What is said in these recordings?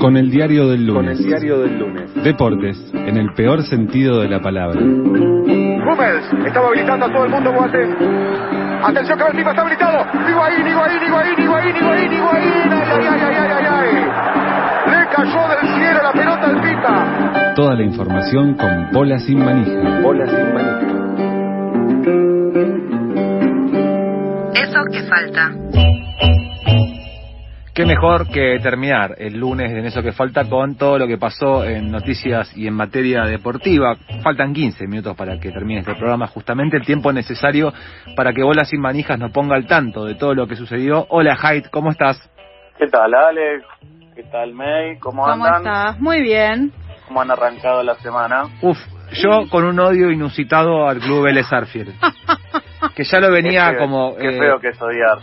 Con el diario del Con el lunes. diario del lunes. Deportes, en el peor sentido de la palabra. Hummels estaba habilitando a todo el mundo Boateng. Atención que el tipo está habilitado. Higuaín, Higuaín, Higuaín, Higuaín, Higuaín, Higuaín. Ay, ay, ay, ay, ay, ay, ay. Le cayó del cielo la pelota al pita. Toda la información con Pola sin manija. Bola sin manija. Eso que falta. Qué mejor que terminar el lunes en eso que falta con todo lo que pasó en noticias y en materia deportiva. Faltan 15 minutos para que termine este programa, justamente el tiempo necesario para que Bola Sin Manijas nos ponga al tanto de todo lo que sucedió. Hola Hyde, ¿cómo estás? ¿Qué tal, Alex? ¿Qué tal, May? ¿Cómo ¿Cómo andan? estás? Muy bien. ¿Cómo han arrancado la semana? Uf, yo con un odio inusitado al club Vélez Arfield. Que ya lo venía Qué feo- como... Qué eh, feo que es odiar.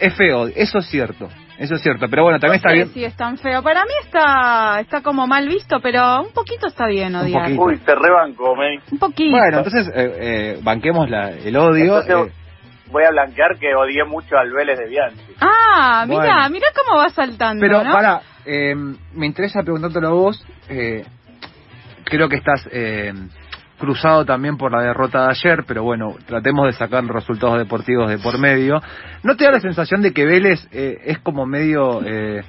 Es feo, eso es cierto. Eso es cierto, pero bueno, Ah, también No está sé bien. Si es tan feo. Para mí está, está como mal visto, pero un poquito está bien Un odiar. poquito. Uy, te rebanco, May. Un poquito. Bueno, entonces eh, eh, banquemos la- el odio. Entonces, eh, Voy a blanquear que odié mucho al Vélez de Bianchi. Ah, mira, Bueno. mira cómo va saltando. pero ¿no? para, eh, me interesa preguntártelo a vos. eh, creo que estás eh, cruzado también por la derrota de ayer, pero bueno, tratemos de sacar resultados deportivos de por medio. ¿No te da la sensación de que Vélez eh, es como medio... eh,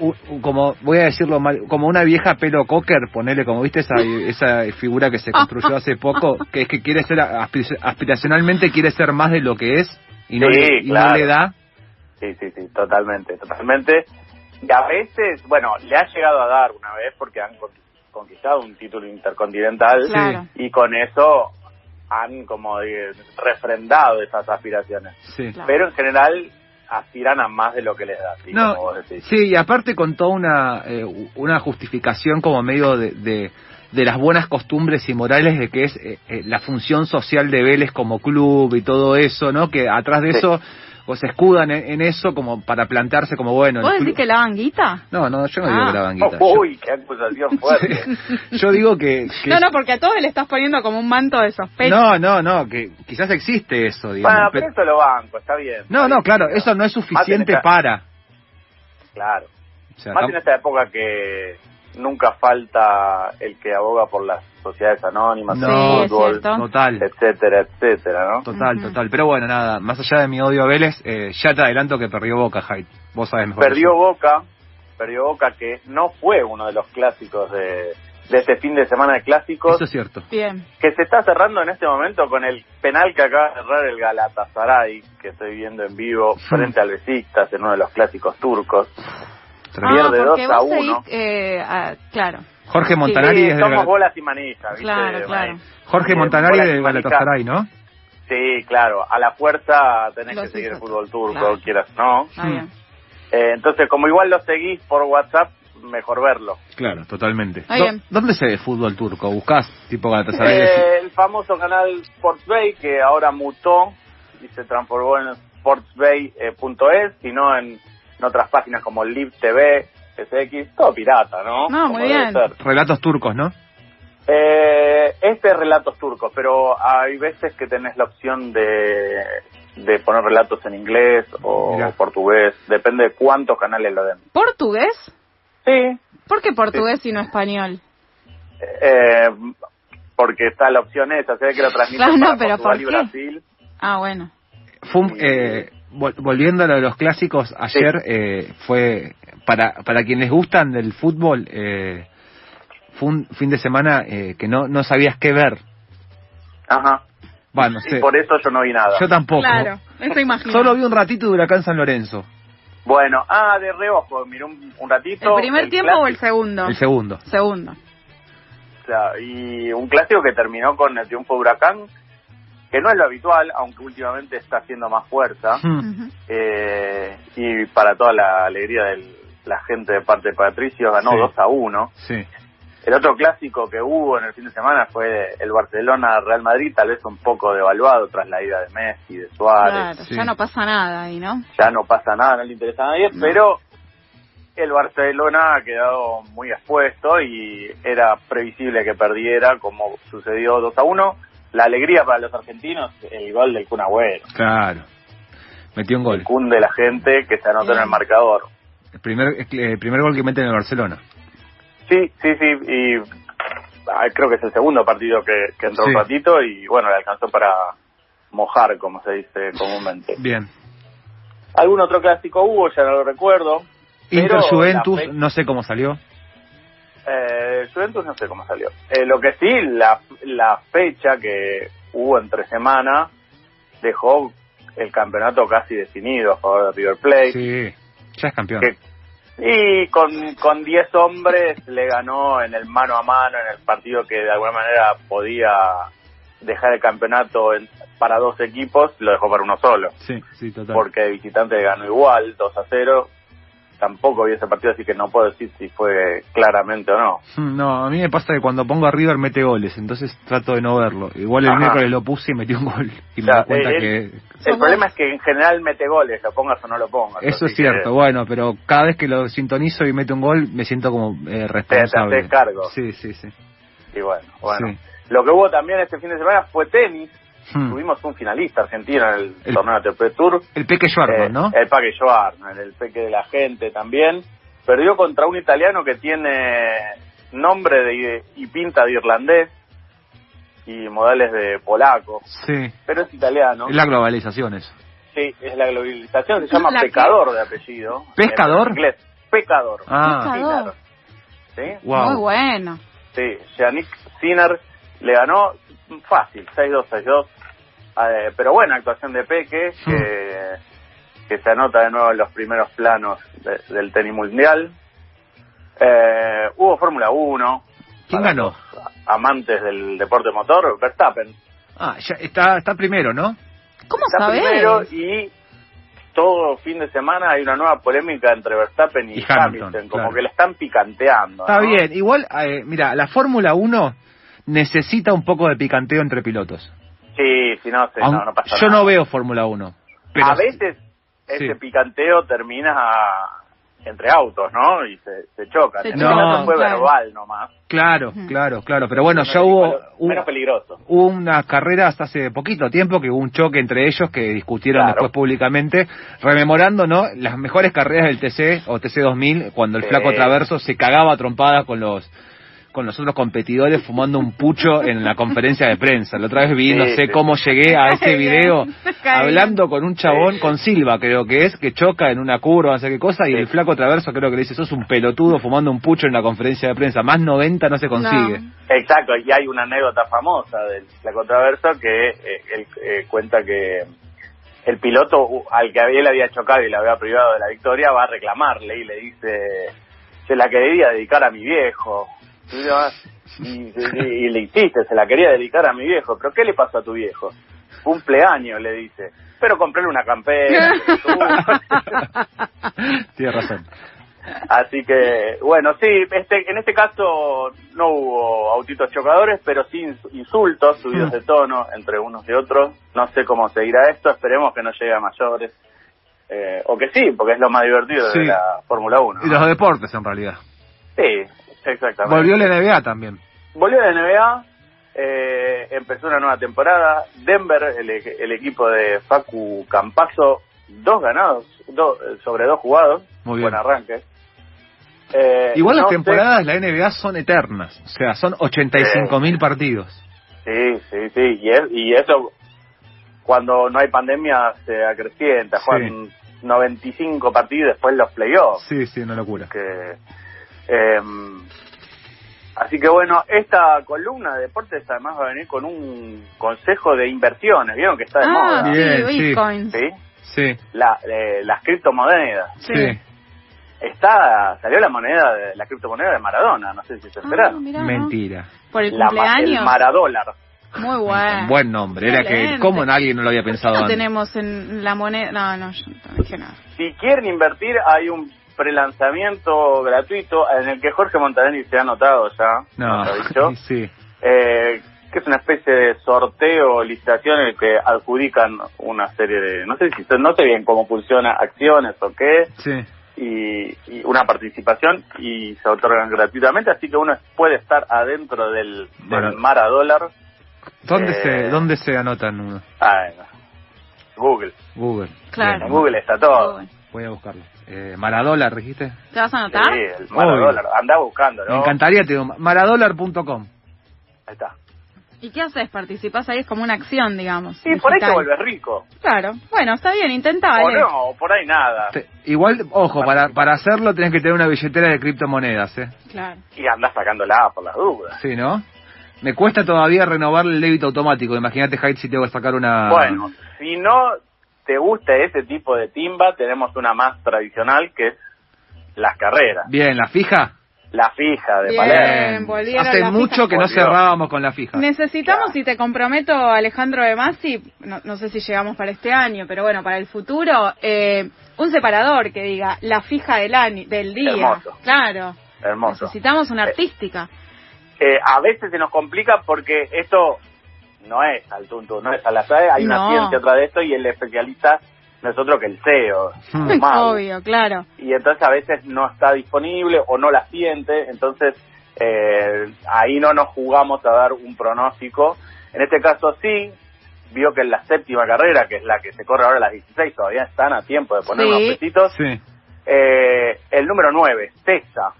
u- u- como voy a decirlo mal, como una vieja pelo cocker, ponele como viste esa, esa figura que se construyó hace poco, que es que quiere ser aspi- aspiracionalmente quiere ser más de lo que es y no, Sí, le, y no claro. le da. Sí, sí, sí, totalmente, totalmente. Y a veces, bueno, le ha llegado a dar una vez porque han con- conquistado un título intercontinental Claro. y con eso han como eh, refrendado esas aspiraciones. Sí. Claro. Pero en general aspiran a más de lo que les da, sí, No, como vos decís. sí, y aparte con toda una, eh, una justificación como medio de, de, de las buenas costumbres y morales de que es eh, eh, la función social de Vélez como club y todo eso, ¿no? Que atrás de Sí. eso o se escudan en, en eso como para plantearse como, bueno... el ¿Vos decís club- que la banguita? No, no, yo no digo Ah. que la banquita. Oh, uy, qué acusación fuerte. yo, yo digo que... que- No, no, porque a todos le estás poniendo como un manto de sospecha. no, no, no, que quizás existe eso, digamos. Bueno, pero- pero eso lo banco, está bien. no, no, claro, eso no es suficiente esta- para... Claro. O sea, Más tam- en esta época que nunca falta el que aboga por las sociedades anónimas, Sí, no, es fútbol, cierto. Eh, total. etcétera, etcétera, ¿no? Total, Ujú. total. Pero bueno, nada, más allá de mi odio a Vélez, eh, ya te adelanto que perdió Boca, Hyde. Vos sabés mejor. que Perdió yo. Boca, perdió Boca que no fue uno de los clásicos de, de este fin de semana de clásicos, Eso es cierto. Bien. que se está cerrando en este momento con el penal que acaba de errar el Galatasaray, que estoy viendo en vivo frente al Besiktas en uno de los clásicos turcos. Ah, Pierde porque dos a vos seguís, uno. eh, ah, claro. Jorge Montanari Sí, es del somos Gal- bolas y manijas, ¿viste? Claro, claro. May? Jorge Eh, Montanari bolas del y manijas. Galatasaray, ¿no? Sí, claro, a la fuerza tenés Los que seguir el hizo- fútbol turco, claro. quieras, ¿no? Ah, Hmm. bien. Eh, entonces, como igual lo seguís por WhatsApp, mejor verlo. Claro, totalmente. Muy Do- bien. ¿Dónde se ve fútbol turco? ¿Buscás tipo Galatasaray? Eh, el famoso canal Sportsbay, que ahora mutó y se transformó en sportsbay.es, sino en, en otras páginas como Live TV, SX, todo pirata, ¿no? No, Como muy debe bien. ser. Relatos turcos, ¿no? Eh, este es relatos turcos, pero hay veces que tenés la opción de, de poner relatos en inglés o Mirá. portugués, depende de cuántos canales lo den. ¿Portugués? Sí, ¿Por qué portugués y no español? eh, porque está la opción esa, se ve que lo transmiten Claro, no, para pero Portugal y ¿por qué? Brasil. Ah, bueno. Fue un- eh, vol- volviendo a lo de los clásicos, ayer eh, fue, para, para quienes gustan del fútbol, eh, fue un fin de semana eh, que no, no sabías qué ver. Ajá. Bueno, no Y sé. por eso yo no vi nada. Yo tampoco. Claro, eso imagino. Solo vi un ratito de Huracán San Lorenzo, Bueno, ah, de reojo, miré un, un ratito. ¿El primer tiempo o el clásico, segundo? el segundo. segundo. claro, Y un clásico que terminó con el triunfo de Huracán, que no es lo habitual, aunque últimamente está haciendo más fuerza. Hmm. Ujú. Eh, y para toda la alegría de la gente de parte de Patricio, ganó Sí. 2 a 1. Sí. El otro clásico que hubo en el fin de semana fue el Barcelona-Real Madrid, tal vez un poco devaluado tras la ida de Messi, de Suárez. Claro, sí. ya no pasa nada ahí, ¿no? Ya no pasa nada, no le interesa a nadie, pero el Barcelona ha quedado muy expuesto y era previsible que perdiera, como sucedió 2 a 1. La alegría para los argentinos, el gol del Kun Agüero. Claro. Metió un gol. El Kun de la gente que se anotó en el Bien. marcador. El primer, el primer gol que mete en el Barcelona. Sí, sí, sí, y ah, creo que es el segundo partido que, que entró Sí. un ratito y bueno, le alcanzó para mojar, como se dice comúnmente. Bien. ¿Algún otro clásico hubo? Ya no lo recuerdo. Pero Inter Juventus, la fe- no sé cómo salió. Eh, Juventus no sé cómo salió. Eh, lo que sí, la, la fecha que hubo entre semana dejó el campeonato casi definido a favor de River Plate. Sí, ya es campeón. que- y con, con 10 hombres le ganó en el mano a mano, en el partido que de alguna manera podía dejar el campeonato en- para dos equipos, lo dejó para uno solo. Sí, sí, total. Porque de visitante le ganó igual, 2 a 0. Tampoco vi ese partido, así que no puedo decir si fue claramente o no. Mm, No, a mí me pasa que cuando pongo a River mete goles, entonces trato de no verlo. Igual el Ajá. eh, miércoles lo puse y metió un gol. Y me O sea, di cuenta él- que El problema es que en general mete goles, lo pongas o no lo pongas. Eso es así que cierto, bueno, pero cada vez que lo sintonizo y mete un gol, me siento como eh, responsable. haces cargo. Sí, sí, sí. Y bueno, bueno. Sí. Lo que hubo también este fin de semana fue tenis. Hmm. Tuvimos un finalista argentino en el, El- torneo de ATP Tour. El pequeño Eh, Arnold, ¿no? El Paque Arnold, el peque de la gente también. Perdió contra un italiano que tiene nombre de, y pinta de irlandés y modales de polaco, Sí. pero es italiano. Es La globalización eso. Sí, es la globalización, se llama ¿La qué? Pecador de apellido. ¿Pescador? En inglés, Pecador. Ah, Pescador. Sinner. ¿Sí? wow. Muy bueno. Sí, Yannick Sinner le ganó fácil, 6-2, 6-2. Eh, pero buena actuación de Peque, Sí. que, que se anota de nuevo en los primeros planos de- del tenis mundial. Eh, hubo Fórmula 1. ¿Quién para ganó? los Amantes del deporte motor, Verstappen. Ah, ya está, está primero, ¿no? ¿Cómo Está sabés? primero y todo fin de semana hay una nueva polémica entre Verstappen y, Y Hamilton, como claro. que le están picanteando. Está ¿no? bien. Igual, eh, mira, la Fórmula 1 necesita un poco de picanteo entre pilotos. Sí, si no, se- no, Aun- no pasa yo nada. ¿Ah, no veo Fórmula 1. Pero a veces ese sí. picanteo termina entre autos, ¿no? Y se, se chocan. Se En chocan, este caso fue claro. verbal nomás. Claro, Ujú. claro, claro. Pero bueno, Menos ya hubo, peligroso- hubo Menos peligroso. hubo unas carreras hace poquito tiempo que hubo un choque entre ellos que discutieron Claro. después públicamente, rememorando, ¿no? Las mejores carreras del TC o TC 2000, cuando el Sí. flaco Traverso se cagaba a trompadas con los con los otros competidores fumando un pucho en la conferencia de prensa. La otra vez vi, Sí, no sé sí. cómo llegué a ese Cae bien, video, cae hablando con un chabón, Sí. con Silva creo que es, que choca en una curva, no sé qué cosa, y Sí. el flaco Traverso creo que le dice, sos un pelotudo fumando un pucho en la conferencia de prensa, más 90 no se consigue. No. Exacto, y hay una anécdota famosa de la controversa que eh, él eh, cuenta que el piloto u- al que él había chocado y le había privado de la victoria va a reclamarle y le dice, se la quería dedicar a mi viejo. Y, le va- y- y- y le hiciste, se la quería dedicar a mi viejo, pero ¿qué le pasó a tu viejo? Cumpleaños, le dice. Pero comprarle una campera. Tiene razón. Así que, bueno, sí, este, en este caso no hubo autitos chocadores, pero sí ins- insultos, Mm. subidos de tono entre unos y otros. No sé cómo seguirá esto, esperemos que no llegue a mayores. Eh, o que sí, porque es lo más divertido Sí. de la Fórmula 1. Y los deportes, en realidad. Sí, exactamente. Volvió la NBA también. Volvió la NBA, eh, empezó una nueva temporada. Denver, el, e- el equipo de Facu Campazo, dos ganados, dos, sobre dos jugados. Muy bien. Buen arranque. Eh, Igual no las sé- temporadas de la NBA son eternas. O sea, son 85 Eh. mil partidos. Sí, sí, sí. Y, es- y eso, cuando no hay pandemia, se acrecienta. Sí. Juegan 95 partidos después los playoffs. Sí, sí, una locura. que eh, así que bueno esta columna de deportes además va a venir con un consejo de inversiones vieron que está de Ah, moda Bien, sí, sí. Bitcoin. sí Sí, La- eh, las criptomonedas sí. está salió la moneda de, la criptomoneda de Maradona no sé si se Ah, enteraron mirá, ¿no? Mentira. Por el la ma- el cumpleaños. maradólar Muy bueno. Un buen nombre. Era que, Excelente. ¿cómo nadie no lo había pensado No antes? tenemos en la moneda. No, no, yo no dije nada. si quieren invertir hay un prelanzamiento gratuito en el que Jorge Montanelli se ha anotado ya No, nos ha dicho. sí. eh, que es una especie de sorteo o licitación en el que adjudican una serie de, no sé si no sé bien cómo funciona, acciones o qué, Sí. y, y una participación y se otorgan gratuitamente, así que uno puede estar adentro del, del Bueno. mar a dólar. ¿Dónde, Eh. se, ¿Dónde se anotan uno? Ah, en Google, Google. Claro. en Google está todo. Muy bueno. Voy a buscarlo. Eh, Maradólar, dijiste. ¿Te vas a anotar? Sí, el Maradólar. Andá buscándolo. Me encantaría, te digo, maradólar.com. Ahí está. ¿Y qué haces? ¿Participás ahí? Es como una acción, digamos. Sí, por ahí te digital. vuelves rico. Claro. Bueno, está bien, intentá, O Ale. no, o por ahí nada. Te- Igual, ojo, para, para hacerlo tenés que tener una billetera de criptomonedas, ¿eh? Claro. Y andás sacándola por las dudas. Sí, ¿no? Me cuesta todavía renovar el débito automático. Imagínate, Hyde, si tengo que sacar una... Bueno, si no te gusta ese tipo de timba, tenemos una más tradicional que es las carreras. Bien, ¿la fija? La fija de Bien. Palermo. volvieron Hace las mucho fijas. que no Volvió. cerrábamos con la fija. Necesitamos, y te comprometo, Alejandro de Masi, no, no sé si llegamos para este año, pero bueno, para el futuro, eh, un separador que diga la fija del, año, del día. Hermoso. Claro. Hermoso. Necesitamos una artística. Eh, a veces se nos complica porque esto no es al tuntún, no es al azar. Hay No. una ciencia atrás de esto y el especialista no es otro que el E CEO. Hmm. Es Mau. obvio, claro. y entonces a veces no está disponible o no la siente, entonces eh, ahí no nos jugamos a dar un pronóstico. En este caso sí, vio que en la séptima carrera, que es la que se corre ahora a las 16, todavía están a tiempo de poner Sí. unos pesitos, Sí, eh, el número 9, Cesa,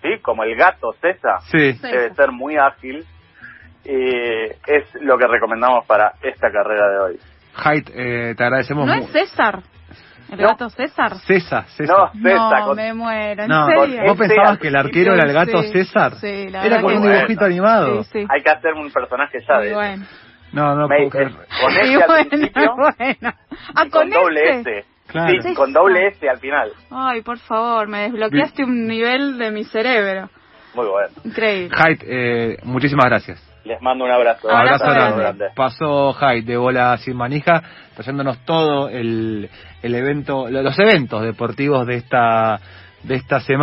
¿sí? Como el gato Cesa, sí. debe ser muy ágil, eh, es lo que recomendamos para esta carrera de hoy. Hyde, eh, te agradecemos ¿No mu- es César? ¿El No. gato César? César, César. No, César, no, con- me muero, ¿en No, serio? ¿vos Ese pensabas al que el arquero era el gato Sí, César? sí, era la verdad con que un sí. dibujito animado. Sí, sí. Hay que hacer un personaje ya de... Y bueno, No, no May- puedo creer. con y este al principio, bueno, bueno. Ah, Y con, doble este? S. Claro. Sí, con doble S al final. Ay, por favor, me desbloqueaste un nivel de mi cerebro. Muy bueno. Increíble. Hyde, eh, muchísimas gracias. Les mando un abrazo. Abrazo grande. grande. Pasó Hyde de Bola Sin Manija, trayéndonos todo el, el evento, lo- los eventos deportivos de esta, de esta semana.